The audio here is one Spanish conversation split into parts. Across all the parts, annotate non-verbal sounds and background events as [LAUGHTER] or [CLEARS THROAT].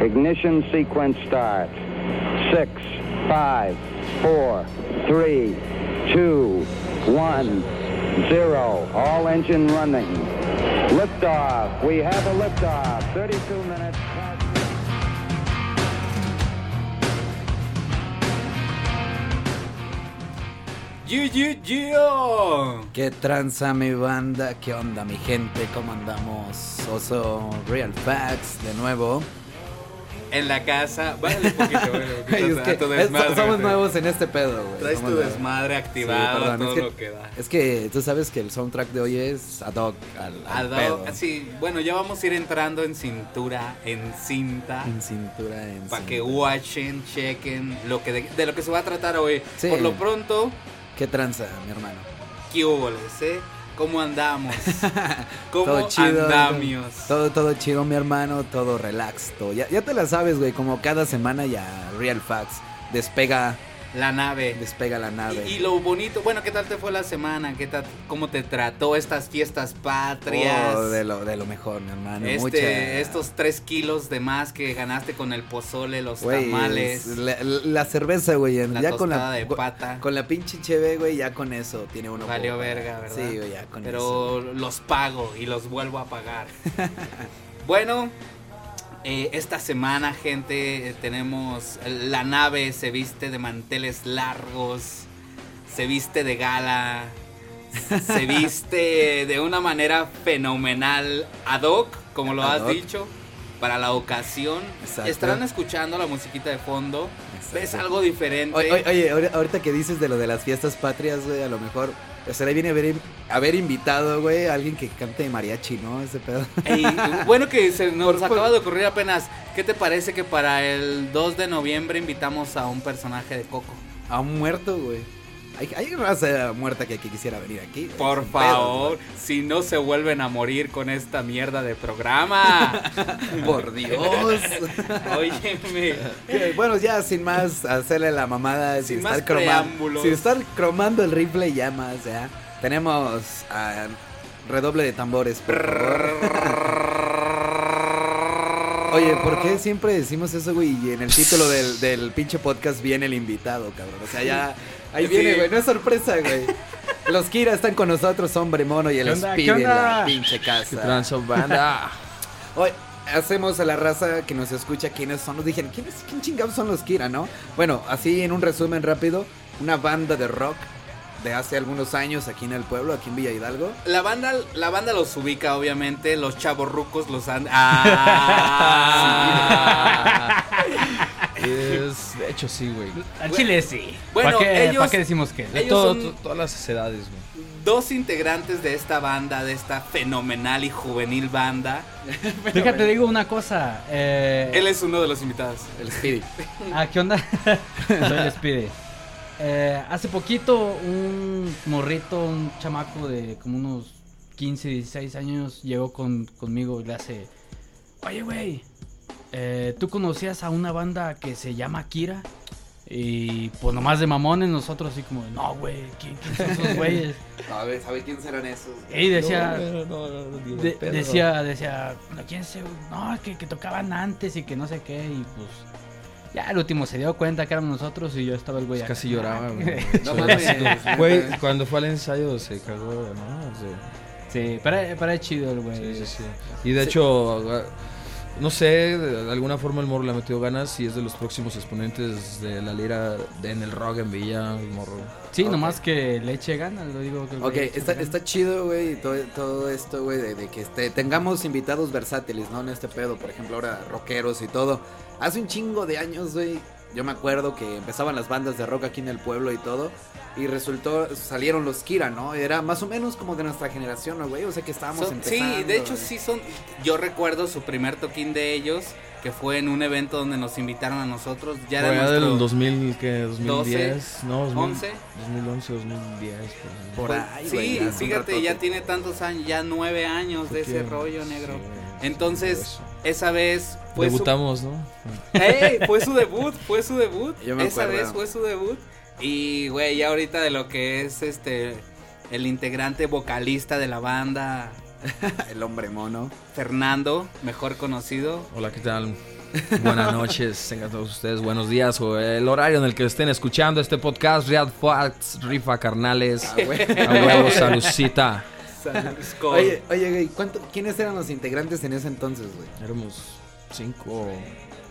Ignition sequence start. Six, five, four, three, two, one, zero. All engine running. Liftoff. We have a liftoff. 32 minutes. past- ¡Yu, yu, yu! ¿Qué tranza mi banda? ¿Qué onda mi gente? ¿Cómo andamos? Oso Real Facts de nuevo. En la casa. Bájale un poquito, bájale un poquito. [LAUGHS] Ay, es o sea, que tu es- desmadre, somos güey. nuevos en este pedo, güey. Traes Somos tu nuevos. desmadre activado, Sí, perdón, todo es que- lo que da. Es que tú sabes que el soundtrack de hoy es ad hoc al, al Al dado- pedo. sí, bueno, ya vamos a ir entrando en cintura, en cinta. En cintura, en Para cinta. que watchen, chequen lo que de, de lo que se va a tratar hoy. Sí. Por lo pronto, ¿Qué tranza, mi hermano? ¿qué hubo, les, eh? ¿Cómo [LAUGHS] andamos? ¿Cómo todo chido. andamios? Todo, todo chido, mi hermano. Todo relax. todo. Ya, ya te la sabes, güey. Como cada semana ya Real Facts despega, La nave. despega la nave. Y, y lo bonito, bueno, ¿qué tal te fue la semana? ¿Qué tal, ¿Cómo te trató estas fiestas patrias? Oh, de, lo, de lo mejor, mi hermano. Este, mucha- Estos tres kilos de más que ganaste con el pozole, los Güey, tamales, es La, la cerveza, güey. la ya tostada con la, de pata. con la pinche cheve, güey, ya con eso tiene uno. Valió como para- verga, ¿verdad? Sí, güey, ya con eso. pero los pago y los vuelvo a [LAUGHS] pagar. bueno, eh, esta semana, gente, eh, tenemos la nave se viste de manteles largos, se viste de [LAUGHS] gala, se viste de una manera fenomenal, ad hoc, como lo Ad has hoc. dicho. Para la ocasión, Exacto. estarán escuchando la musiquita de fondo. Exacto. Es algo diferente. Oye, oye, oye, ahori- ahorita que dices de lo de las fiestas patrias, güey, a lo mejor estaría bien haber, haber invitado, güey, a alguien que cante mariachi, ¿no? Ese pedo. Ey, bueno que se nos Por- acaba de ocurrir apenas. ¿Qué te parece que para el 2 de noviembre invitamos a un personaje de Coco? A un muerto, güey. Hay, hay raza muerta que, que quisiera venir aquí. güey, Por sin pedos, favor, si no se vuelven a morir con esta mierda de [LAUGHS] programa. güey. Por Dios. Óyeme. Eh, Bueno, ya sin más, hacerle la mamada Sin sin, más estar cromando. preámbulos. Sin estar cromando el rifle ya más, ya. Tenemos ah, redoble de tambores. por favor. Oye, ¿por qué siempre decimos eso, güey? Y en el título del, del pinche podcast viene el invitado, cabrón. O sea, ya. Ahí Sí. viene, güey. No es sorpresa, güey. Los Kira están con nosotros, hombre mono y el ¿Qué onda? Speedy ¿Qué en la onda? pinche casa. banda. Hoy hacemos a la raza que nos escucha quiénes son. Nos dijeron, ¿quiénes, ¿quién chingados son los Kira, no? Bueno, así en un resumen rápido, una banda de rock de hace algunos años aquí en el pueblo, aquí en Villa Hidalgo. La banda, la banda los ubica, obviamente. Los chavos rucos los han. ¡Ah! Es, de hecho, sí, güey. Al chile sí. Bueno, ¿Para qué, ellos- pa' qué decimos que? ellos Todo- son- to- todas las edades, güey. Dos integrantes de esta banda, de esta fenomenal y juvenil banda. Fíjate, digo una cosa. Eh, Él es uno de los invitados. El Spirit. ¿A qué onda? [LAUGHS] Soy el Speedy. Eh, hace poquito un morrito, un chamaco de como unos 15, 16 años llegó con- conmigo y le hace, oye güey, eh, ¿tú conocías a una banda que se llama Kira? Y pues nomás de mamones nosotros así como, de, no güey, ¿quién, quién son esos güeyes? [LAUGHS] A ver, ¿sabe quién serán esos? Y decía, No, no, no, no, digo, De- pedo. decía, decía, "No, ¿quién se- No, es que, que tocaban antes y que no sé qué, y pues. Ya al último se dio cuenta que éramos nosotros y yo estaba el güey Pues acá. Casi lloraba, güey. No Sí. mames. [LAUGHS] Güey, cuando fue al ensayo se cagó, de mano, o sea, Sí, pero, pero es chido el güey. Sí, sí, sí. Y de hecho, ah, no sé, de alguna forma el morro le metió ganas y es de los próximos exponentes de la lira de- en el rock en Villa, el morro. Sí, Ok. nomás que le eche ganas, lo digo. Que el Ok, güey eche está, ganas. está chido, güey, todo, todo esto, güey, de, de que este- tengamos invitados versátiles, ¿no? En este pedo, por ejemplo, ahora rockeros y todo. Hace un chingo de años, güey, yo me acuerdo que empezaban las bandas de rock aquí en el pueblo y todo, y resultó, salieron los Kira, ¿no? Era más o menos como de nuestra generación, ¿no, güey? O sea que estábamos Son- empezando. sí, de hecho güey. sí son. Yo recuerdo su primer toquín de ellos, que fue en un evento donde nos invitaron a nosotros. Ya Fue era del nuestro 2000, que 2010, no, 2000, 11. 2011, 2010. pues, Por ahí, güey, Sí, hace un fíjate, ratote. ya tiene tantos años, ya nueve Pues años de ese Porque- rollo negro. sí, güey, Entonces, eso. esa vez fue pues, su, Debutamos, ¿no? [LAUGHS] ¡Ey! Fue su debut, fue su debut. Yo me Esa acuerdo. vez fue su debut. Y, güey, ya ahorita de lo que es este. El integrante vocalista de la banda, El hombre mono. [LAUGHS] Fernando, mejor conocido. Hola, ¿qué tal? [LAUGHS] Buenas noches, tengan todos ustedes buenos días o el horario en el que estén escuchando este podcast. Real Facts, Rifa Carnales, a huevo, salucita. Oye, oye, güey, ¿cuánto- ¿quiénes eran los integrantes en ese entonces, güey? Éramos cinco.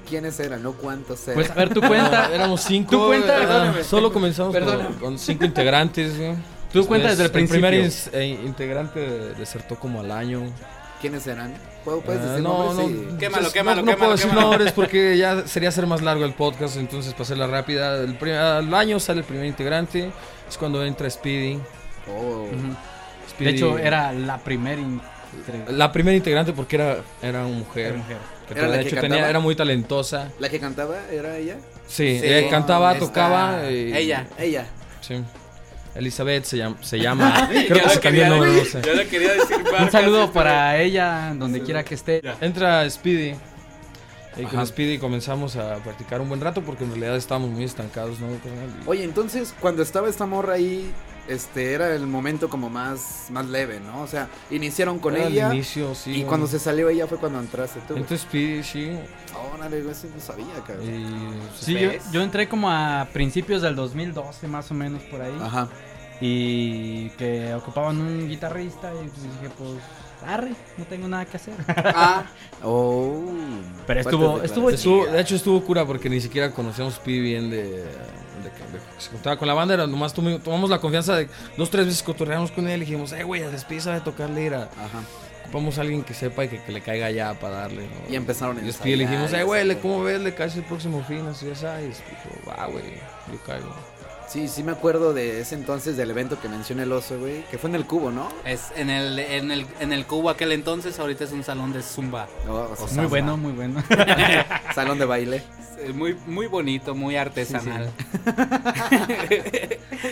¿Quiénes eran? No cuántos eran. Pues a ver, tú [LAUGHS] cuenta. No, éramos cinco. Tú cuenta, ah, perdóname. solo comenzamos con, Perdóname. con cinco integrantes. güey. Tú cuenta desde el principio. primer ins- eh, integrante de- desertó como al año. ¿Quiénes eran? ¿Puedo- ¿Puedes Ah, decir no, nombres? no, Sí. pues, Quémalo, no- quémalo, no quémalo, puedo decir quémalo. nombres porque ya sería hacer más largo el podcast, entonces para hacerla rápida, el prim- al año sale el primer integrante, es cuando entra Speedy. Oh. Ujú. De Speedy- hecho, era la primera integrante. la primera integrante porque era era una mujer, mujer. que Era la de que hecho cantaba. tenía era muy talentosa. ¿La que cantaba era ella? Sí, Sí. ella cantaba, Esta- tocaba eh, y- Ella. Ella. Sí. Elizabeth se llama, se llama. creo [LAUGHS] Ya que lo se cambió quería- el nombre, no sé. ya lo quería [LAUGHS] decir. Un Vargas, saludo este, para ella, donde quiera que esté. Ya. Entra Speedy. Y Ajá. con Speedy comenzamos a practicar un buen rato porque en realidad estábamos muy estancados, ¿no? carnal? Y- Oye, entonces, cuando estaba esta morra ahí, este, era el momento como más, más leve, ¿no? O sea, iniciaron con Era el ella. inicio, sí, y güey. cuando se salió ella fue cuando entraste tú. güey. Entonces Speedy, sí. Órale, güey, eso no sabía, cabrón. Y Sí, yo, yo entré como a principios del 2012, más o menos por ahí. Ajá. Y que ocupaban un guitarrista. Y pues dije, pues, arre, no tengo nada que hacer. [LAUGHS] Ah, Oh. Pero Fuertes estuvo- estuvo declaraciones. estuvo- de hecho estuvo cura porque ni siquiera conocíamos Speedy bien de, de que de que se contaba con la banda. Era nomás tomi- tomamos la confianza de dos, tres veces cotorreamos con él y dijimos, eh, güey, el Speedy sabe tocar lira. Ajá. Ocupamos a alguien que sepa y que, que le caiga ya para darle. ¿no? Y empezaron a Y Speedy le ensayar, dijimos, y eh, güey, le- así. ¿cómo ves? Le caes el próximo fin, así es. ah", Y Speedy dijo, va, güey, yo caigo. Sí, sí me acuerdo de ese entonces del evento que menciona el oso, güey. Que fue en el cubo, ¿no? es en el, en, el, en el cubo aquel entonces, ahorita es un salón de zumba. Oh, Muy Muy samba. bueno, muy [LAUGHS] bueno. Salón de baile. Eh, Muy, muy bonito, muy artesanal.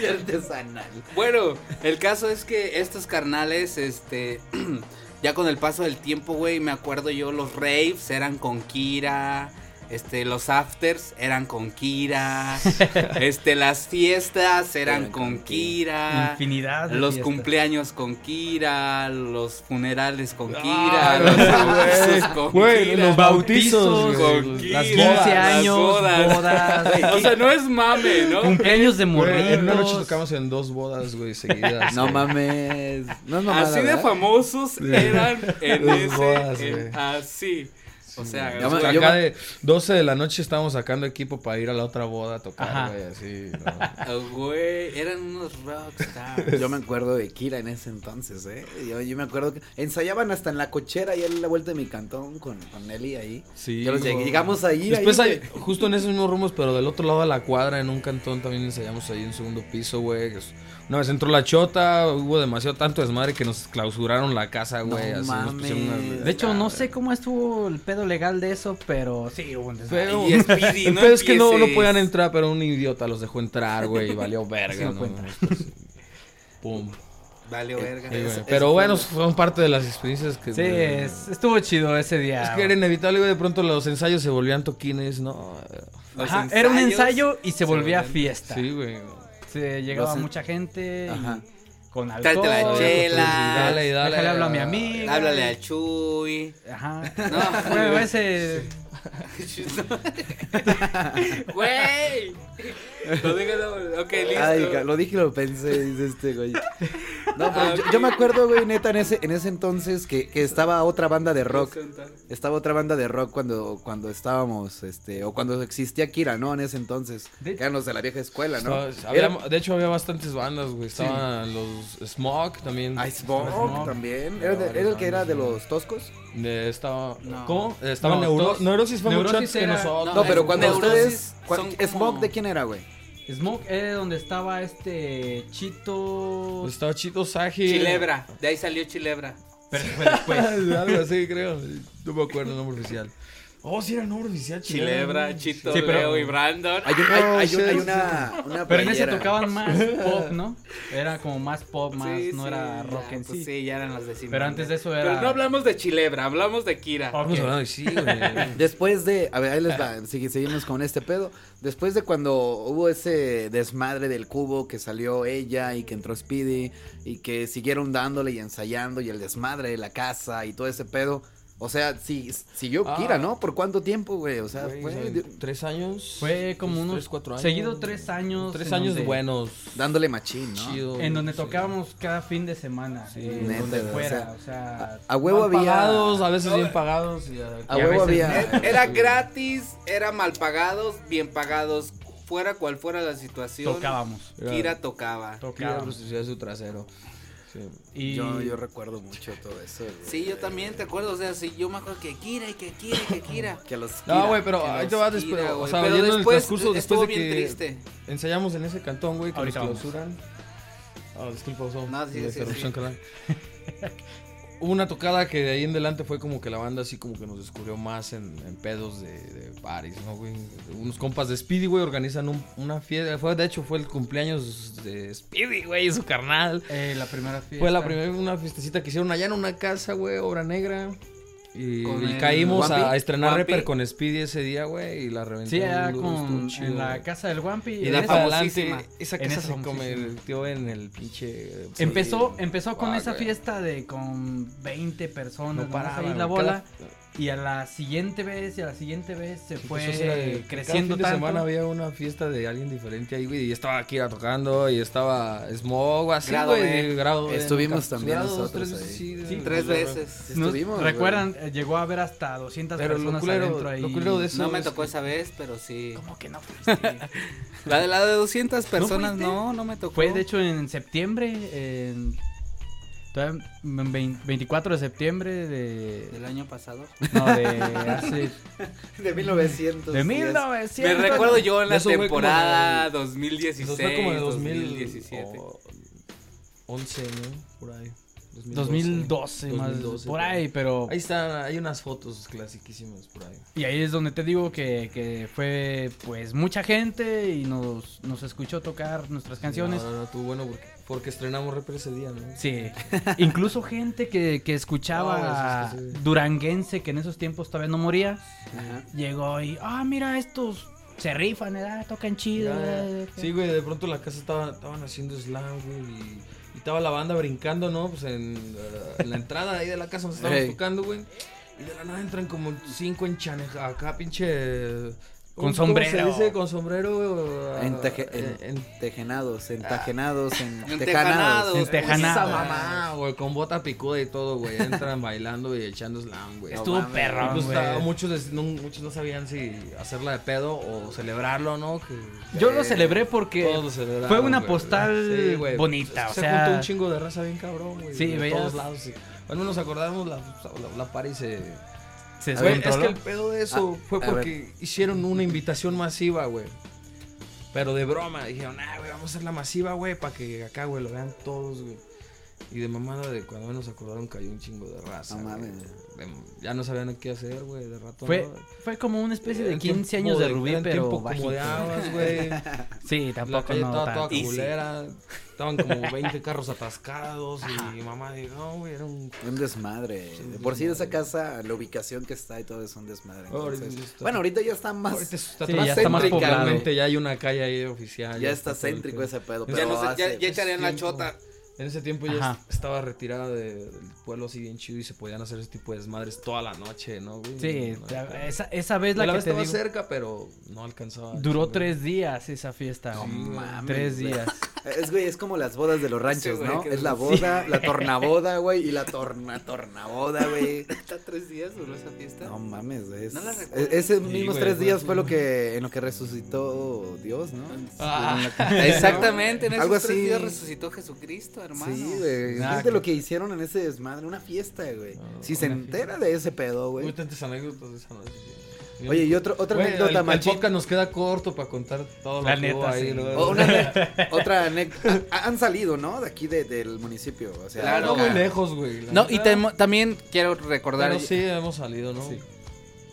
Artesanal. Bueno, el caso es que estos carnales, este, [CLEARS THROAT] ya con el paso del tiempo, güey, me acuerdo yo, los raves eran con Kira, este, los afters eran con [LAUGHS] Kira, este, las fiestas eran Eran con con Kira. Infinidad. de Ah, Los fiestas. cumpleaños con Kira, los funerales con Kira, Ah, [LAUGHS] los bautizos con güey. Güey, Kira. los bautizos, con güey, Kira, las bodas. 15 las años, bodas. bodas, O sea, no es mame, ¿no? cumpleaños de Güey, en una noche morritos. tocamos en dos bodas, [LAUGHS] güey, seguidas. No güey. mames. No es mamada, Así de ¿verdad? famosos eran en Los ese. bodas, en- güey. así. O sea, Ya O sea, yo acá me- de 12 de la noche estábamos sacando equipo para ir a la otra boda a Ajá. tocar, güey, así. [LAUGHS] ¿no? ah, güey, eran unos rockstars. Yo me acuerdo de Kira en ese entonces, ¿eh? Yo, yo me acuerdo que ensayaban hasta en la cochera y en la vuelta de mi cantón con, con Eli ahí. Sí, Yo los llegué- güey. llegamos ahí. Después ahí, hay, justo en esos mismos rumbos, pero del otro lado de la cuadra, en un cantón, también ensayamos ahí en segundo piso, güey. que es- Una vez entró la chota, hubo demasiado tanto desmadre que nos clausuraron la casa, güey. No así, nos mames. pusieron unas- De hecho, no sé cómo estuvo el pedo legal de eso, pero sí hubo un desmadre. Pero- Y Speedy, [LAUGHS] el no pedo es que no, no empieces. podían entrar, pero un idiota los dejó entrar, güey, y [LAUGHS] valió verga. Sí, no ¿no? cuenta. Pum. Valió verga. Sí, güey. Eso- Pero eso bueno, fue- son parte de las experiencias que. Sí, es- ah, estuvo chido ese día. Es que era inevitable, güey. De pronto los ensayos se volvían toquines, ¿no? los Ajá, era un ensayos- ensayo y se volvía volvían- fiesta. Sí, güey. Se llegaba Los en- mucha gente y Ajá. con alcohol. Tráete la chela. Dale, dale. Déjale hablo a mi amigo. Háblale al Chuy. Ajá. No, Bueno, ese Güey. Lo digo, no, ok, listo. Ay, ca- lo dije y lo pensé, dice este güey. No, Ah, pero yo, ok. yo me acuerdo, güey, neta, en ese, en ese entonces que, que estaba otra banda de rock. Estaba otra banda de rock cuando, cuando estábamos, este, o cuando existía Kira, ¿no? En ese entonces. De- que eran los de la vieja escuela, ¿no? No, había- Era- de hecho, había bastantes bandas, güey. Estaban los Smog también. Ah, Smoke Smoke. también. Era, de- era el que era de los toscos. De- estaba, No. ¿Cómo? Eh, Estaba No, Neuro- todos- Neurosis fue mucho Neurosis antes que era- nosotros. No, No, pero es- cuando Neurosis ustedes. cua- son como- ¿Smoke de quién era, güey? Smoke era donde estaba este Chito. Estaba Chito Saji. Chilebra, de ahí salió Chilebra. Pero fue después. [LAUGHS] Algo así, creo. No me acuerdo el nombre oficial. Oh, sí, era el nombre oficial. Chilebra, Chito, Sí, pero- Leo y Brandon. Hay, un- hay- Oh, hay un- sí, hay sí, una, una Pero en ese playera. [LAUGHS] tocaban más pop, ¿no? Era como más pop, más, Sí, no sí, era ya, rock en pues sí. ya eran las de Simón. Pero antes de eso Pero era- no hablamos de Chilebra, hablamos de Kira. Ok. Vamos hablando de sí, güey. Después de, a ver, ahí les va, sigue- seguimos con este pedo. Después de cuando hubo ese desmadre del cubo que salió ella y que entró Speedy y que siguieron dándole y ensayando y el desmadre de la casa y todo ese pedo, O sea, si, siguió Kira, Ah. ¿no? ¿Por cuánto tiempo, güey? O sea, Güey, fue o sea, de- tres años. Fue como Pues, unos- Tres, cuatro años. seguido tres años Tres en años donde- buenos. dándole machín, ¿no? Chido. En donde sí. tocábamos cada fin de semana, en neta, donde o sea, fuera, o sea, A huevo Mal había. pagados, a veces bien pagados. y a- A Y a huevo veces- había. [LAUGHS] Era gratis, era mal pagados, bien pagados, fuera cual fuera la situación. tocábamos. Kira tocaba. Mira, Tocábamos. prostituía su trasero. Sí. Y Yo, yo recuerdo mucho todo eso. güey. Sí, yo también te acuerdo, o sea, sí, yo me acuerdo que Kira y que Kira y que Kira. Que los. No, Kira- Ah, güey, pero que ahí los te va después. tira, o güey. sea, Pero viendo después, el transcurso después estuvo de bien que triste. ensayamos en ese cantón, güey, que Ahorita nos vamos. clausuran. Ah, disculpa, Oso. No, sí, la sí, interrupción, sí. [LAUGHS] carnal. Hubo una tocada que de ahí en adelante fue como que la banda así como que nos descubrió más en, en pedos de, de bares, ¿no, güey? Unos compas de Speedy, güey, organizan un- una fiesta. Fue, de hecho, fue el cumpleaños de Speedy, güey, su carnal. eh, la primera fiesta. Fue la primera una fiestecita que hicieron allá en una casa, güey, obra negra. Y, Con y el caímos a, Wampi. a estrenar Wampi. Reaper con Speedy ese día, güey, y la reventamos. Sí, era duro, con, estuvo chido, en la güey. casa del Wampi. Y en de ahí esa- para famosísima. adelante, esa En casa esa se famosísima. convirtió en el pinche. sí, Empezó, empezó con Ah, esa güey. fiesta de con 20 personas, No no paraba, ahí la güey, cada- bola. Y a la siguiente vez y a la siguiente vez se fue Empezó a ser, eh, creciendo cada fin de tanto. semana había una fiesta de alguien diferente ahí, güey, y estaba Kira tocando, y estaba Smog, así, Grado güey, B. de grado B, Estuvimos nunca- también grado dos, nosotros tres, ahí. sí, Sí, de- Tres de- veces. Sí Nos- estuvimos, güey. Recuerdan, Eh, llegó a haber hasta 200 Pero lo personas culero- adentro ahí. lo culero de eso- No me tocó esa vez, pero sí. ¿Cómo que no fuiste? [LAUGHS] La de la de 200 personas, fuiste? no, no me tocó. Fue de hecho en septiembre, en, todavía en vein- 24 de septiembre del de... año pasado. No, de hace... De 1900. De Me 1900. recuerdo yo en la Eso fue como temporada en 2016, Eso fue como en el 2017. 2011, ¿no? Por ahí. 2012, más, 2012, por ahí, pero... Ahí están, hay unas fotos clasiquísimas por ahí. Y ahí es donde te digo que, que fue pues mucha gente y nos, nos escuchó tocar nuestras canciones. No, no, no, tú, bueno, porque, porque estrenamos Reaper ese día, ¿no? [LAUGHS] Sí, incluso gente que, que escuchaba No, eso es que sí. duranguense, que en esos tiempos todavía no moría, Ajá. llegó y, ah, mira, estos se rifan, eh, ah, tocan chido. eh". Sí, güey, de pronto en la casa estaba, estaban haciendo slam, güey, y, y estaba la banda brincando, ¿no? Pues en, eh, en la entrada ahí de la casa donde estábamos Ey. tocando, güey. Y de la nada entran como cinco en chaneja, acá pinche... Con ¿cómo sombrero. Se dice con sombrero, güey. Entaje- eh, en- Entejenados, entajenados, en, Entejanados. tejanados. En Tejana. Esa mamá, güey, con bota picuda y todo, güey. Entran [LAUGHS] bailando y echando slam, güey. Estuvo mames. perro, Y pues, güey. estaba- muchos, des- no, muchos no sabían si hacerla de pedo o celebrarlo, ¿no? Que, Yo lo celebré porque Todos lo celebraron, fue una güey. postal Sí, güey. bonita, Se o sea, juntó un chingo de raza bien cabrón, güey. Sí, de veías- todos lados. sí. Bueno, nos acordamos la, la, la par y se... se Güey, es descontroló. que el pedo de eso Ah, fue a porque hicieron una invitación masiva, güey. Pero de broma, dijeron, ah, güey, vamos a hacer la masiva, güey, para que acá, güey, lo vean todos, güey. Y de mamada de cuando menos acordaron cayó un chingo de raza. No güey. mames. De- ya no sabían qué hacer, güey, de rato. fue, ¿no? fue como una especie de Era 15 tiempo años de de- Rubí, era pero tiempo como de bajito. aguas, [LAUGHS] güey. Sí, La tampoco calle no estaba toda tanto. Easy. culera. Estaban [LAUGHS] como 20 carros atascados y mamá dijo, no, güey, era un... Un desmadre. De por sí, esa casa, la ubicación que está y todo es un desmadre. Ahorita entonces- ya está- bueno, ahorita ya está más. Ahorita eso está Sí, más ya está más céntrica, poblado. realmente ya hay una calle ahí oficial. ya está todo el céntrico pedo. ese pedo. Ya Pero Ya, no sé, ya, hace- ya echarían la tiempo. chota. En ese tiempo ya Ajá. es- estaba retirada de- del pueblo así bien chido y se podían hacer ese tipo de desmadres toda la noche, ¿no, güey? Sí, No, no, ta- esa, esa vez la la, vez que te estaba digo, cerca, pero no alcanzaba. duró Ah, Sí, tres días esa fiesta. No mames, tres güey. [LAUGHS] días. Es, güey, es como las bodas de los ranchos, güey, ¿no? que- Es la boda, la tornaboda, güey, y la torna, tornaboda, güey. ¿Está tres días duró esa fiesta? No mames, güey. es- No la e- recuerdo. esos Sí, mismos güey, tres fue días así, fue lo ¿no? que, en lo que resucitó Dios, ¿no? Ah. [LAUGHS] [LAUGHS] Exactamente, en esos Algo tres así. días resucitó Jesucristo, hermano. Sí, güey. Es Nada de que- lo que hicieron en ese desmadre, una fiesta, güey. No, si se una entera de ese pedo, güey. güey. Uy, tantas anécdotas de esa noche. güey. Oye, y otro, otra Güey, el- anécdota, el, machín. podcast nos queda corto para contar todo La lo que hubo neta, ahí. sí. ¿no? O una ane- otra anécdota. Ha- Han salido, ¿no? De aquí de- del municipio. O sea, Claro. [LAUGHS] No acá. muy lejos, güey. la No, neta. y temo- también quiero recordar Pero sí, hemos salido, ¿no? Sí.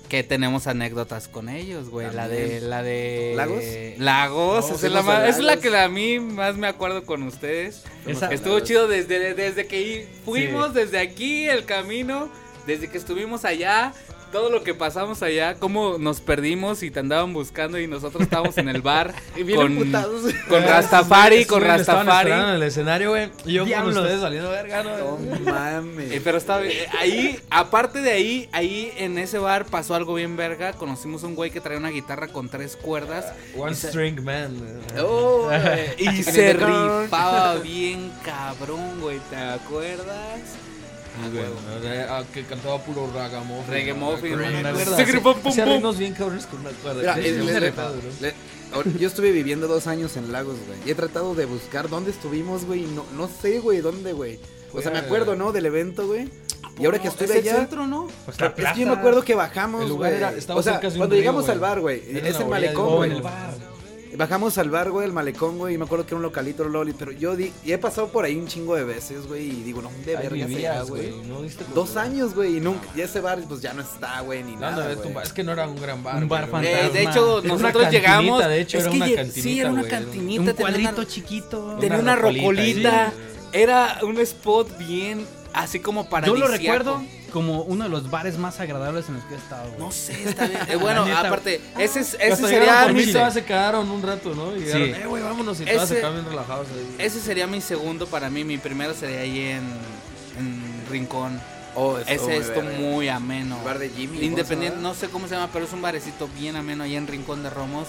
que tenemos anécdotas con ellos, güey. La de, También. la de. ¿Lagos? Lagos. No, esa es, la fuimos a ma- es la Lagos. que a mí más me acuerdo con ustedes. Esa- Hemos Estuvo hablado. chido desde, desde que i- fuimos, desde aquí el camino, desde que estuvimos allá, Todo lo que pasamos allá, cómo nos perdimos y te andaban buscando y nosotros estábamos en el bar [LAUGHS] Y bien con, emputados. Eh, con Rastafari, Esos con güeyes Eh, me estaban esperando Rastafari. en el escenario, güey. Y yo con Diablos. ustedes saliendo verga, ¿no? [LAUGHS] No mames. Eh, pero estaba eh, ahí, aparte de ahí, ahí en ese bar pasó algo bien verga. Conocimos un güey que traía una guitarra con tres [LAUGHS] cuerdas One String Man. Oh, [LAUGHS] güey. y se Tiene razón. rifaba bien cabrón, güey, ¿te acuerdas? Ah, Muy bien. huevo. Eh, ah, que cantaba puro ragamuffin. Reggaemuffin, Con ¿no? una Sí, cuerda. sí, pum, pum, Sí, pum. ritmos bien cabrones con una cuerda. Mira, Sí, es- sí, le- sí, le- sí, sí. le- ahor- yo estuve viviendo dos años en Lagos, güey. Y he tratado de buscar dónde estuvimos, güey. y No, no sé, güey, dónde, güey. O sea, me Fue- acuerdo, ¿no? Del evento, güey. Y ahora que No, estuve es el allá. centro, ¿no? Eh, Pues, Es que yo me acuerdo que bajamos, El lugar güey. era- estaba O sea, cerca de un cuando río, llegamos güey. al bar, güey. Era Es la el orilla de malecón, un güey. río. Bajamos al bar, güey, el malecón, güey. Y me acuerdo que era un localito Loli. Pero yo di- y he pasado por ahí un chingo de veces, güey. Y digo, no, de Ahí verga será, vivías, güey. güey, ¿no diste Dos cuenta? años, güey. Y nunca. Y ese bar, pues ya no está, güey, ni No, no, nada. es tu güey. bar. es que no era un gran bar. Un güey, bar era Eh, de fantasma. hecho, Era una nosotros cantinita, llegamos. de hecho, es era que una lle- Sí, era cantinita, una güey, era un- cantinita. Un tenía una- cuadrito chiquito. Tenía Una una rocolita ahí, rocolita. güey. Era un spot bien, así como para. Yo lo recuerdo como uno de los bares más agradables en los que he estado. güey. No sé, está bien. Eh, [LAUGHS] bueno, La neta. aparte, ese, es- Ese ese sería sería por ¿eh? mi. mí, todas se quedaron un rato, ¿no? Y llegaron, Sí. eh, güey, vámonos. Y Ese- todas se quedaron bien relajados ahí. Ese sería mi segundo para mí. Mi primero sería ahí en, en Rincón. Oh, estuvo Ese muy esto verga. muy ameno. El bar de Jimmy, ¿cómo Independiente, se llama? no sé cómo se llama, pero es un barecito bien ameno ahí en Rincón de Romos.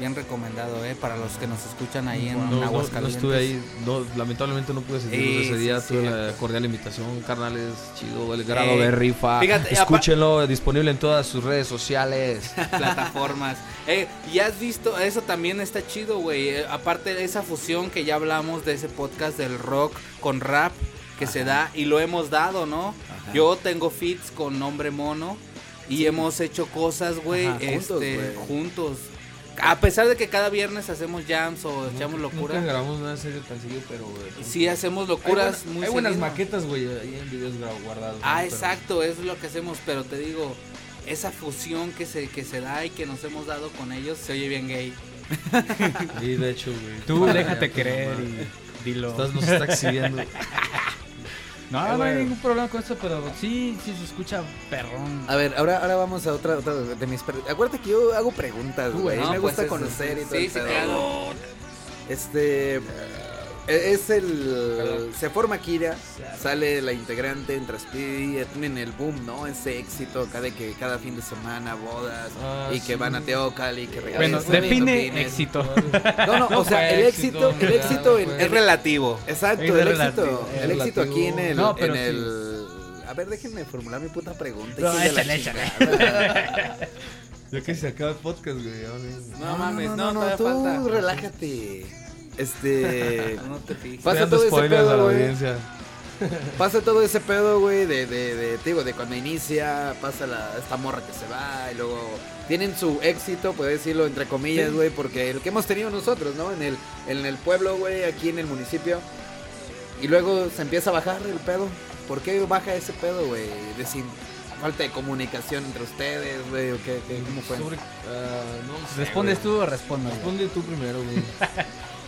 Bien recomendado, eh, para los que nos escuchan ahí en, No, no, no, Aguascalientes. estuve ahí, no, lamentablemente no pude asistir Sí, ese sí, día, sí, tuve la cierto. cordial invitación, carnales, chido, el grado Ey, de rifa, fíjate, y apa- escúchenlo, disponible en todas sus redes sociales. [LAUGHS] plataformas. Eh, y has visto, eso también está chido, güey. Eh, aparte de esa fusión que ya hablamos de ese podcast del rock con rap que se da y lo hemos dado, ¿no? Yo tengo fits con nombre mono y hemos hecho cosas, güey, Ajá, juntos, este, güey. juntos. A pesar de que cada viernes hacemos jams o [LAUGHS] echamos Nunca locuras. grabamos nada serio tan seguido, pero... güey, Sí, hacemos hay, buena- locuras muy hay buenas seguido. maquetas, güey, ahí en videos gra- guardados. ¿no? Ah, Pero- exacto, es lo que hacemos, pero te digo, esa fusión que se, que se da y que nos hemos dado con ellos se oye bien gay. Sí, de hecho, güey. Tú Ah, déjate ya, querer mamá. y dilo. Estás, nos está [LAUGHS] exhibiendo. No, Eh, no hay bueno. ningún problema con eso, pero sí, sí se escucha perrón. A ver, ahora, ahora vamos a otra, otra de mis pre- Acuérdate que yo hago preguntas, güey. No, me pues gusta es- conocer y todo. Sí, el sí, pedo. claro. Este e- es el se forma Kira, sale la integrante entra Speedy, tienen el boom, ¿no? Ese éxito acá de que cada fin de semana bodas Ah, y que sí. van a Teocal y que bueno, regresan, y define topines. éxito. [LAUGHS] No, no, o No sea, fue el éxito, éxito, ni el nada, éxito en, fue- Es en- relativo. exacto, Es el relativo, éxito, es el éxito relativo. aquí en el No, pero en sí. el a ver, déjenme formular mi puta pregunta. No, hijo de la échale, échale. chingada. Ya que se acaba el podcast, güey. ahora mismo. No, mames, no, no, todavía tú falta. relájate. [LAUGHS] Este No te fijes. Pasa Estoy todo dando ese spoilers a pedo, la güey. audiencia. Pasa todo ese pedo, güey, de, de, de, te digo, de cuando inicia, pasa la, esta morra que se va y luego tienen su éxito, puedo decirlo entre comillas, güey, porque el que hemos tenido nosotros, ¿no? En el, en el pueblo, güey, aquí en el municipio. Y luego se empieza a bajar el pedo. ¿Por qué baja ese pedo, güey? De sin- falta de comunicación entre ustedes, güey, o qué, qué- cómo fue. Sobre- ah, no sé, ¿Respondes güey. tú o respondo? yo? Responde tú primero, güey.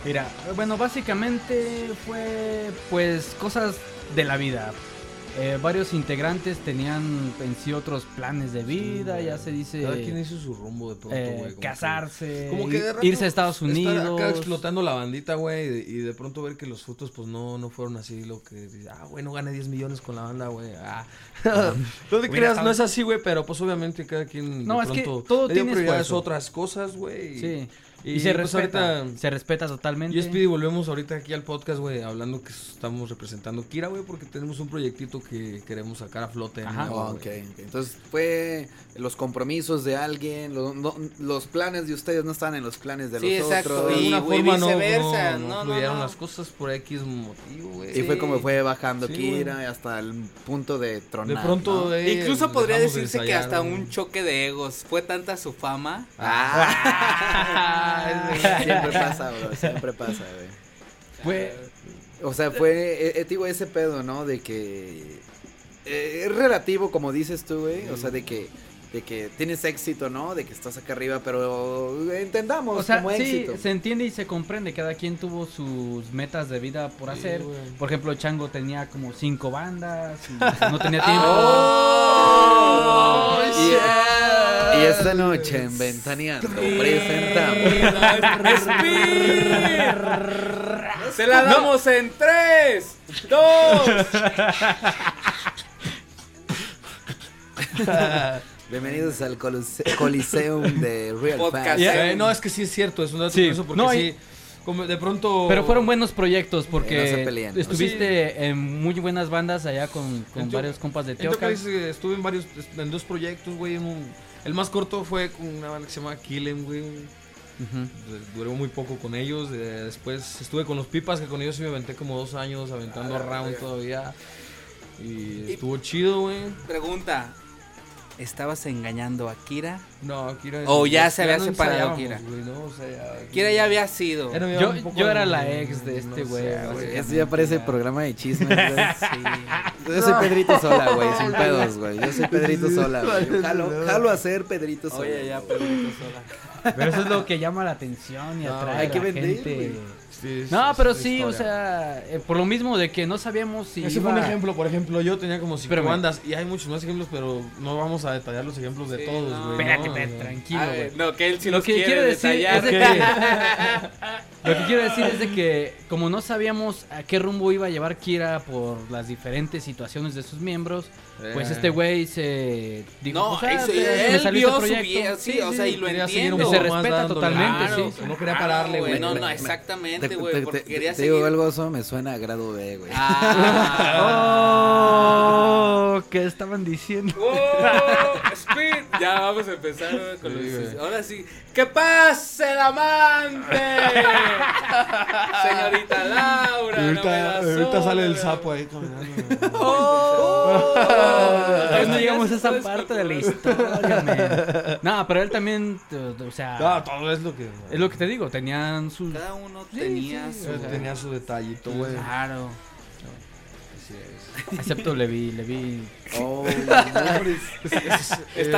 Mira, bueno, básicamente fue pues cosas de la vida. Eh, varios integrantes tenían en sí otros planes de vida, güey. ya se dice Cada quien hizo su rumbo de pronto, eh, güey. como que- casarse, como que de ir- rato irse a Estados estar Unidos. acá explotando la bandita, güey. Y, de- y de pronto ver que los frutos, pues no, no fueron así. Lo que. dices, Ah, güey, no gané 10 millones con la banda, güey. Ah. [LAUGHS] no te Hubiera creas, estado- no es así, güey. Pero pues obviamente cada quien. No, de es que pronto todo le dio tiene prioridades a esfuerzo. otras cosas, güey. Sí. Y, Y, se pues, respeta, ahorita- se respeta totalmente. y Speedy, volvemos ahorita aquí al podcast, güey, hablando que estamos representando Kira, güey, porque tenemos un proyectito que queremos sacar a flote. de Ajá. nuevo, Ah, güey. ok, ok. Entonces fue los compromisos de alguien, lo- no- los planes de ustedes no estaban en los planes de Sí, los exacto, otros. y- de alguna güey, forma no, viceversa, no, no no, no, fluyeron no. las cosas por X motivo, güey. Y fue como fue bajando Sí, Kira güey. hasta el punto de De tronar. pronto, ¿no? eh, Incluso podría dejamos de decirse que ensayar, hasta güey. un choque de egos. Fue tanta su fama. Ah. [LAUGHS] Ah, Siempre pasa, bro, siempre pasa, güey. Fue- O sea, fue, eh, eh, digo, ese pedo, ¿no? De que eh, es relativo, como dices tú, güey. O sea, de que de que tienes éxito, ¿no? De que estás acá arriba, pero Ah, entendamos O sea, como sí, éxito. se entiende y se comprende. Cada quien tuvo sus metas de vida por hacer. Por ejemplo, Chango tenía como cinco bandas. [LAUGHS] y no tenía tiempo. Oh, y, y esta noche en Ventaneando presentamos. Se la damos en 3, 2. Bienvenidos al Colise- Coliseum de Real Podcast. Fans. Ya. Eh, no, es que sí es cierto, es un dato Sí. curioso porque No, y- sí, como de pronto... Pero fueron buenos Eh, proyectos no se porque peleen, ¿no? estuviste en muy buenas bandas allá con, con En tu- varios compas de En Teoca. Tocariz, eh, estuve en varios, en dos proyectos, güey. en un- el más corto fue con una banda que se llama Killen, güey. Ujú. Duré muy poco con ellos. eh, después estuve con los Pipas, que con ellos sí me aventé como dos años Ah, aventando round todavía. Y estuvo chido, güey. Pregunta. ¿Estabas engañando a Kira? No, Kira. O ya se había no separado, ensayábamos, Kira. güey, ¿no? O sea, ya- Kira ya había sido. Ya no había Yo- un poco yo era de- la ex de este güey, sé, güey. Eso ya parece programa de chismes, güey. Sí. Yo soy Pedrito Sola, güey, sin pedos, güey. Yo soy Pedrito Sola, güey. Yo Jalo, jalo a ser Pedrito Sola. Oye, ya Pedrito sola. Pero eso es lo que llama la atención y No, atrae hay a que la vender, gente. güey. Sí, No, es pero otra sí, o historia. sea, eh, por lo mismo de que no sabíamos si Ese iba- fue un ejemplo, por ejemplo, yo tenía como cinco Espérame. bandas y hay muchos más ejemplos, pero no vamos a detallar los ejemplos de Sí, todos, no. güey. Espérate, no, espérate, no. tranquilo, A güey. ver, Ah, no, que él sí lo los que quiere quiero decir detallar. es de que [LAUGHS] lo que quiero decir es de que como no sabíamos a qué rumbo iba a llevar Kira por las diferentes situaciones de sus miembros, pues Eh. este güey se dijo, No, o sea, eso- me él salió vio su este proyecto. vie- sí, o sea, y lo quería seguir entiendo. un Y poco se más respeta dándole. totalmente, sí. No quería pararle, güey. No, no, Me- exactamente, Te- güey. te- Porque te- quería te seguir. digo algo, eso me suena a grado B, [LAUGHS] güey. Ah. [LAUGHS] Oh, ¿qué estaban diciendo? Oh, Speed. Ya vamos a empezar güey, con Sí, los- güey. Ahora sí. ¡Que pase el amante! Señorita Laura. no me la sobra. ahí caminando. Oh. Todavía no Esto ya llegamos se a esa puede parte de la especular. historia, man. No, pero él también, t- o sea, No, Ah, todo es lo que. es lo que te digo, tenían sus... Cada uno Sí, tenía sí, su. o sea, Tenía su detallito, güey. Ah, Claro. [LAUGHS] Excepto Levi, Levi... Oh, Está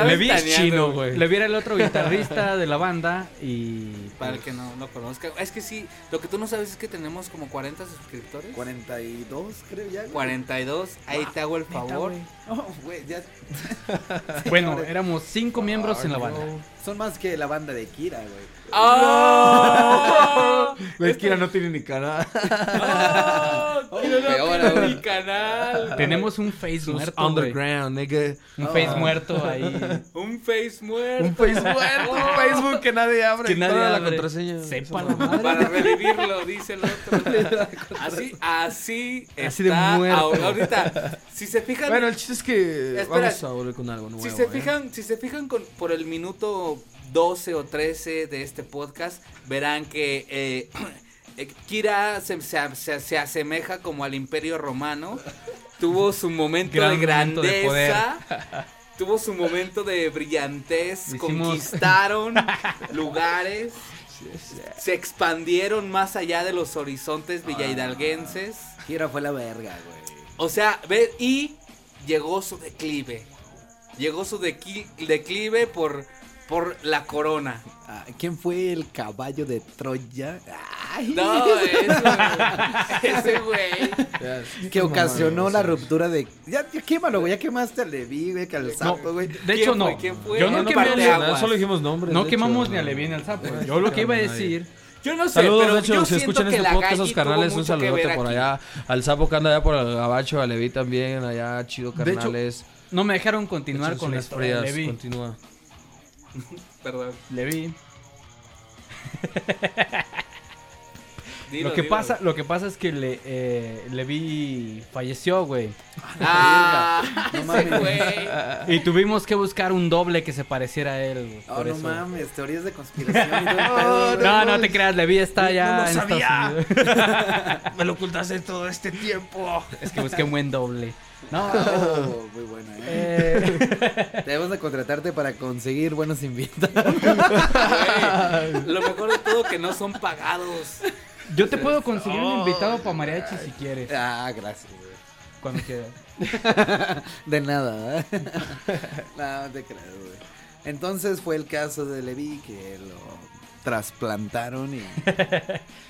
Levi es ventaneando, chino, güey. güey. Levi era el otro guitarrista de la banda y... Para el que no lo conozca. Es que sí, lo que tú no sabes es que tenemos como 40 suscriptores. 42, creo ya. güey. 42. Ahí te hago el Neta, favor. güey. Oh, güey, ya [LAUGHS] [LAUGHS] Bueno, éramos cinco miembros en la Ay, banda. no. son más que la banda de Kira, güey. [LAUGHS] ¡Oh! Güey, Este Kira no tiene ni cara. ¡Oh! Yo no peor tengo aún. mi canal. Tenemos un face Sus muerto, güey. underground, nigga. Un Ah. face muerto [LAUGHS] ahí. Un face muerto. Un Facebook, un Facebook que nadie abre. Que nadie Toda la abre. contraseña. Sepa la madre. Para revivirlo, dice el [LAUGHS] otro. Así, así, Así de está muerto. ahor- ahorita. Si se fijan, Bueno, el chiste es que Espera. vamos a volver con algo nuevo. si se ¿eh? fijan, si se fijan con, por el minuto 12 o 13 de este podcast, verán que eh, [CLEARS THROAT] eh, Kira se, se- se- se asemeja como al Imperio Romano. Tuvo su momento Gran de momento de poder. grandeza. [LAUGHS] Tuvo su momento de brillantez, Hicimos- [LAUGHS] conquistaron lugares, se expandieron más allá de los horizontes villahidalguenses. Kira fue la verga, güey. O sea, ve, y llegó su declive. Llegó su dequi- declive por, por la corona. Ah, ¿Quién fue el caballo de Troya? Ay, [LAUGHS] No, eso, ese güey. Ya, que mamá, ocasionó güey, la sí. ruptura de. Ya, ya quémalo, güey. Ya quemaste al Levi, güey, que al sapo, güey. De hecho, ¿Quién no. fue? ¿Quién fue? Yo no, No, no quemé parte al- de agua. Solo dijimos nombres. no de quemamos hecho. ni a Levi ni al sapo. eh. Ay, Yo lo que iba a nadie. decir... Yo no sé, Saludos, pero de hecho, yo si siento escuchan que este la podcast, galli esos tuvo carnales, un mucho que ver saludote por aquí. allá. Al sapo que anda allá por el gabacho, a Levi también, allá, chido De hecho, carnales. No me dejaron continuar Échense con la unas historia de frías, Levi. continúa. Perdón. Levi. dilo, lo que dilo. pasa, lo que pasa es que le, eh, Levi falleció, güey. Ah, [LAUGHS] No ese mames. güey. Y tuvimos que buscar un doble que se pareciera a él. güey, Ah, Oh, por no eso. mames, teorías de conspiración. y [LAUGHS] todo el pedo, güey. No, no te creas, Levi está No- allá no lo en Estados sabía. Unidos. [LAUGHS] Me lo ocultaste todo este tiempo. Es que busqué un buen doble. No, Oh, muy buena, ¿eh? eh, Debemos de contratarte para conseguir buenos [LAUGHS] invitados. Güey, Lo mejor de todo que no son pagados. yo te puedo conseguir un invitado para mariachi si quieres. Ah, gracias, güey. cuando quiera. De nada. ¿eh? [LAUGHS] no, no te creas, güey. Entonces fue el caso de Levi que lo trasplantaron [LAUGHS] y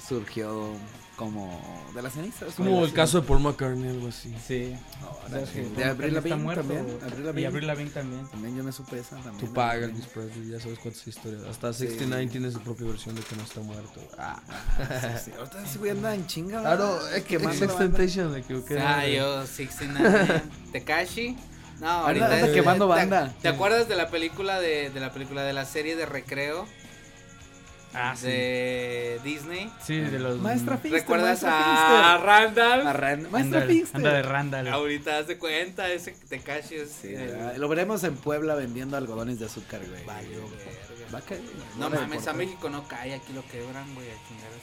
surgió como de las cenizas. Es como güey, el así. caso de Paul McCartney, algo así. Sí. Ahora, ¿Sabes que de Paul Abril McCartney está Lavigne muerto? también. Abril Y Lavigne. Abril Lavigne también. También yo me supe esa también. Tupac, Abril Elvis Presley, ya sabes cuántas historias. Hasta Sí. 69 tiene su propia versión de que no está muerto. Ah, Lavigne. Sí, sí. Ahorita ese güey anda en chinga. claro, ¿verdad? es que más la banda. Extentation me equivoqué. Ah, yo, 69. Tekashi. No, ahorita. anda es- quemando ¿te- banda. ¿Te acuerdas de la película de, de la película de la serie de recreo Ah, de Disney? Sí, de los. mm, Maestra Finster. ¿Recuerdas maestra a Finster. Randall? A Ran- Maestra eh. Anda, Finster. anda de Randall. Ahorita haz de cuenta, ese Tekashi es. Sí, el- ¿verdad? lo veremos en Puebla vendiendo algodones de azúcar, güey. Valió verga. Va a caer. No Ahora mames, a por- México no cae, aquí lo quebran, güey, a chingar a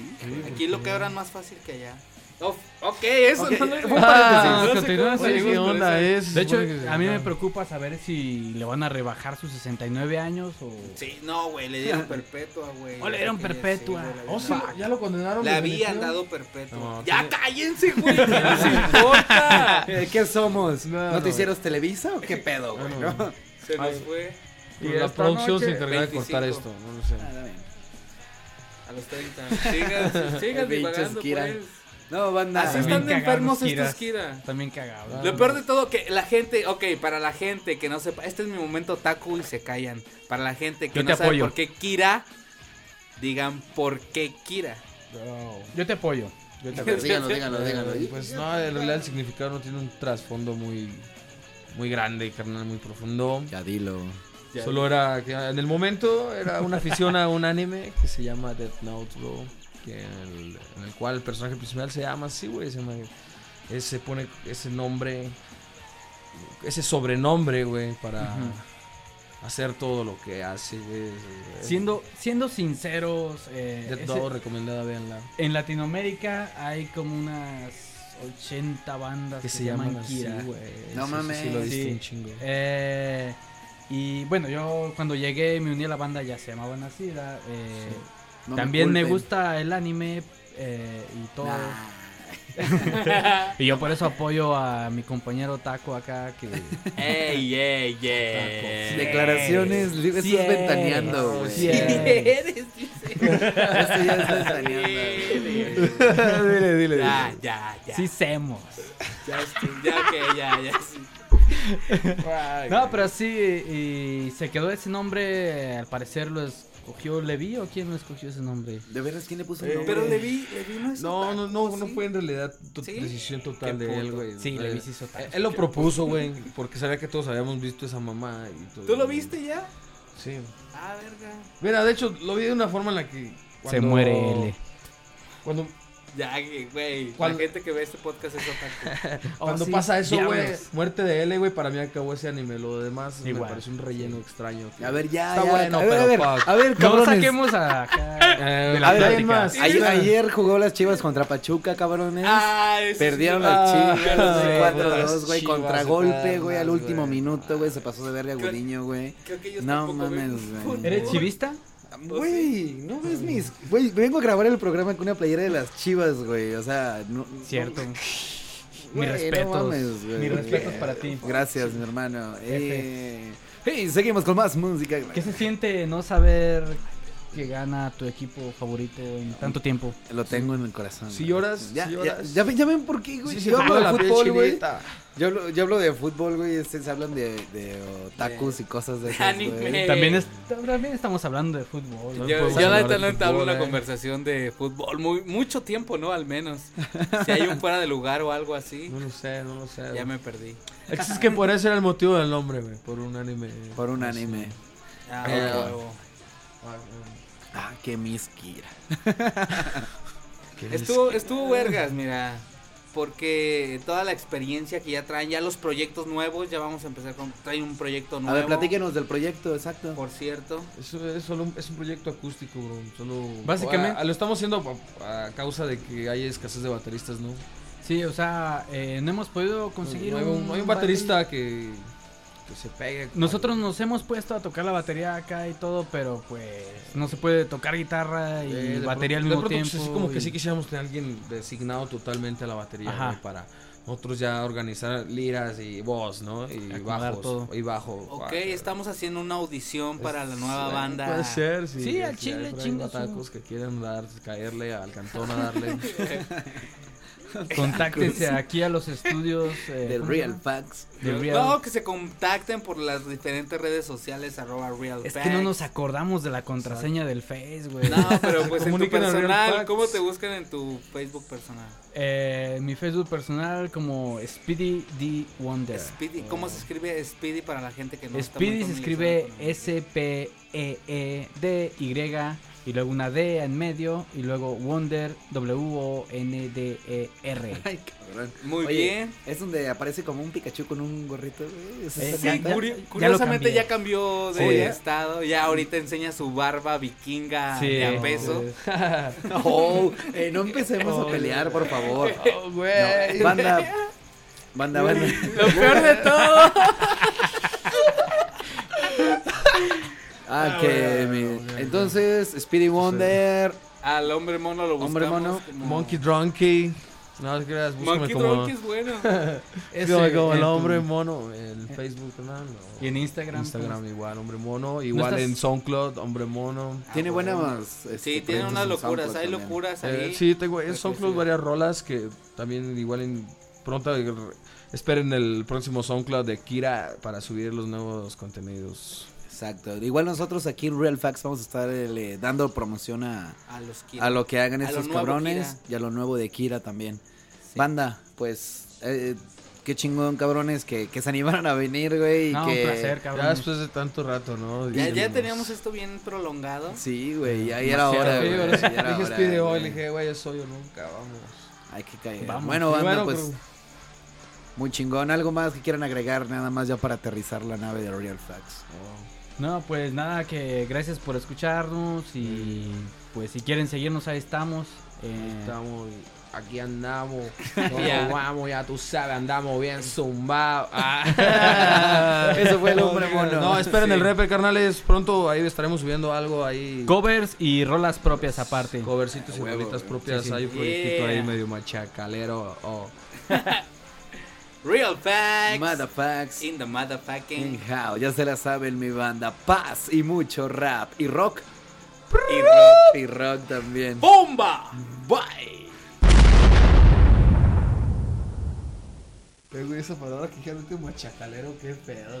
su madre. ¿Mm? Sí, Aquí lo quebran más fácil que allá. Of- ok, eso Ok, no lo- eh, no un sé paréntesis. cómo Continúa, seguimos sí, con ¿Qué onda eso. es? De hecho, Supone que- a mí me preocupa saber si le van a rebajar sus 69 años o. Sí, no, güey, le dieron perpetua, güey. O le dieron Sí, güey, perpetua. sí, güey, le Oh, sí, habían- ya lo condenaron. Le habían definitivo. dado perpetua. No, ya tiene- cállense, güey, ¿qué les importa? Eh, ¿Qué somos? No, ¿No, no, te güey. hicieron Televisa o qué pedo, No, güey? no, no. Se nos Ay. fue Y la producción se encargará de cortar 25. esto, no lo sé. Ah, está bien. a los 30. Sigan, Pinches sigan divagando, Kira. pues. [LAUGHS] No, banda. Así bien están de cagados, enfermos Kiras. estos Kira. También cagado. Lo peor de todo que la gente, ok, para la gente que no sepa, este es mi momento taco y se callan. Para la gente que Yo no te sabe apoyo. por qué Kira, digan por qué Kira. Yo te apoyo. Yo te A apoyo. [LAUGHS] ver, díganlo, díganlo, díganlo. Eh, Pues no, en realidad el significado no tiene un trasfondo muy, muy grande, carnal, muy profundo. Ya dilo. Solo era que en el momento era una afición a un anime que se llama Death Note, bro. Que en, el, en el cual el personaje principal se llama así, güey. Se, llama- eh, se pone ese nombre, ese sobrenombre, güey, para hacer todo lo que hace, güey. Eh, Siendo, siendo sinceros, eh, Death ese- Note recomendada, véanla. en Latinoamérica hay como unas 80 bandas Que se llaman así, Kira. güey. No Sí, sí, Sí, lo mames. diste Sí. un chingo. Eh, y bueno, yo cuando llegué me uní a la banda, ya se llamaban así. ¿verdad? Eh, No también me, culpen. Ah, gusta el anime eh, y todo. Nah. Y yo por eso apoyo a mi compañero Taco acá que... [LAUGHS] Ey, ey, ey. Declaraciones, li- Sí estás es. ventaneando, güey. [LAUGHS] [LAUGHS] Sí Sí es. eres, dice. Esto ya es ventaneando. güey. dile, dile. Ya, ya, ya. Sí, semos. Ya, estoy- ya que, ya, ya. sí. No, pero sí, y se quedó ese nombre, al parecer lo escogió Levi o quién lo escogió ese nombre. De veras, ¿quién le puso el nombre? Pero le vi, le vi no es No, no, no, otaku, no ¿sí? fue en realidad tu ¿Sí? decisión total Qué de él, puto. güey. Sí, Eh, Levi se hizo eh, tal. Él lo propuso, güey, porque sabía que todos habíamos visto esa mamá. Y todo, ¿Tú lo viste ya? Sí. Ah, verga. Mira, de hecho, lo vi de una forma en la que... Se cuando- muere [LAUGHS] L. Cuando, Ya, que, güey. La ¿Cuál? gente que ve este podcast es otaku. cuando Oh, sí, pasa eso, diablos. güey, muerte de L, güey, para mí acabó ese anime. Lo demás me Igual. parece un relleno extraño. que- A ver, ya, Está ya. bueno, a ver, pero a ver, pa- a [LAUGHS] ver, No cabrones. saquemos [LAUGHS] a... acá. Eh, De la a ver, plática. más. Ay- ayer jugó las Chivas contra Pachuca, cabrones. Ah, eso sí. Perdieron Ah, las chivas, sí, güey, las 4-2, güey. Chivas Contragolpe, eternas, güey, al último güey. minuto, güey. Se pasó de verga Creo- Gudiño, güey. Creo que ellos No tampoco ven mames, güey. fútbol. ¿Eres chivista? Pues Güey, no ves mis. Güey, vengo a grabar el programa con una playera de las chivas, güey. O sea, no. Cierto. no- Mis Güey, no respetos. mames, güey. Mis respetos para ti. Gracias, mi hermano. Eh, hey, seguimos con más música. ¿Qué se siente no saber que gana tu equipo favorito en tanto tiempo? Lo tengo en el corazón. Si güey. lloras, ya, si lloras. Ya, ya ven- ya ven por qué, güey. Sí, se yo, me hablo pone la de piel fútbol, güey. chinita. yo, hablo, yo hablo de fútbol, güey. Ustedes hablan de, de otakus y cosas de esas, güey. Eh. Anime. También, es- también estamos hablando de fútbol. ¿no? Yo, Podemos yo la hablar neta de no entablo fútbol, una ¿eh? conversación de fútbol. Muy, mucho tiempo, ¿no? Al [LAUGHS] menos. Si hay un fuera de lugar o algo así, No lo sé, no lo sé. ya me perdí. El chiste Es que por eso era el motivo del nombre, güey. Por un anime. Por un anime. Ah, Eh, huevo. Ah, güey. Ah, qué misquira. Qué Estuvo, estuvo vergas, mira. Porque toda la experiencia que ya traen, ya los proyectos nuevos, ya vamos a empezar con. Traen un proyecto A nuevo. ver, platíquenos del proyecto, exacto. Por cierto. Eso es solo un, es un proyecto acústico, bro. Solo Básicamente- Ah, lo estamos haciendo pa- a, causa de que hay escasez de bateristas, ¿no? Sí, o sea, eh, no hemos podido conseguir. no hay un, no hay un baterista que, que se pegue. batería. Nosotros nos hemos puesto a tocar la batería acá y todo, pero pues no se puede tocar guitarra y Eh, de batería pronto- al mismo de pronto, tiempo. Es como y- que sí quisiéramos tener a alguien designado totalmente a la batería Ajá. güey, para Nosotros ya organizar liras y voz, ¿no? Y Acomodar bajos. todo. Y bajo. Ok, Ah, estamos haciendo una audición para la nueva eh, banda. Puede ser, sí. Sí, al hay chile, por ahí chingo su- guatacos que quieren dar, caerle al cantón a [LAUGHS] darle. [LAUGHS] Contáctense aquí a los estudios eh, Del ¿cómo se Real llama? Facts. Del Real. No, que se contacten por las diferentes redes sociales, arroba real Es que no nos acordamos de la contraseña del Face, güey. No, pero pues en tu Comuniquen a Real personal, Facts. ¿cómo te buscan en tu Facebook personal? Eh, mi Facebook personal como Speedy D Wonder. Speedy, ¿cómo se escribe Speedy para la gente que no está muy Speedy se familiarizada escribe con el- S-P-E-E-D-Y E y luego una D en medio y luego Wonder W-O-N-D-E-R. Ay, cabrón. Muy Oye, bien. Es donde aparece como un Pikachu con un gorrito, güey. Eso Eh, está sí, canta. ya- Curi- lo curiosamente cambié. ya cambió de Sí. estado, ya ahorita enseña su barba vikinga de a peso. No, eh, no empecemos a pelear, por favor. Oh, güey. No, banda. Banda, banda. Lo peor de todo. Ah, que mi- Entonces, Speedy Wonder. Al hombre mono lo buscamos. Hombre mono, como- Monkey Drunky. No te creas, búscame Monkey como, Drunk es bueno. como- como el hombre mono en Eh, Facebook, ¿no? Y en Instagram. Instagram igual, hombre mono. Igual estás- en SoundCloud, hombre mono. Tiene pues. Ah, bueno. buenas. este, Sí, tiene unas locuras, hay locuras locuras Eh, ahí. sí, tengo en Creo que SoundCloud sí. varias rolas que también igual en pronto eh, esperen el próximo SoundCloud de Kira para subir los nuevos contenidos. Exacto. Igual nosotros aquí en Real Facts vamos a estar eh, le- dando promoción a, A los Kira. a lo que hagan A lo estos nuevo cabrones Kira. y a lo nuevo de Kira también. Banda, pues eh, qué chingón cabrones que, que se animaron a venir, güey. y pues, No, que... un placer, Ya cabrón. después de tanto rato, ¿no? Ya, Dijimos, ya teníamos esto bien prolongado. Sí, güey, ya era "Sí, hora, Mm, sí, güey. ahora sí, ya era dije, hora, "Speedy, hoy", güey. le dije, güey, es hoy o nunca, vamos. Hay que caer. Vamos. Bueno, Y banda, bueno, pues pero- muy chingón. ¿Algo más que quieran agregar nada más ya para aterrizar la nave de Real Facts? No, pues nada, que gracias por escucharnos y pues si quieren seguirnos, ahí estamos. Eh, Estamos, [LAUGHS] aquí andamos, Ya. nos vamos, ya tú sabes, andamos bien zumbados. [LAUGHS] Ah. Eso fue el hombre mono. No, esperen el rep, carnales, pronto ahí estaremos subiendo algo ahí. Covers y rolas propias aparte. Covercitos y Huevo, bolitas güey. propias. Sí, sí. Hay un proyectito Yeah. ahí medio machacalero. Oh. Real facts. Motherfucks. In the motherfucking. Anyhow, ya se la saben mi banda. Paz y mucho rap. Y rock. Y rock. Y rock también. ¡Bomba! Bye. Tengo esa palabra que dijeron, este machacalero, qué pedo.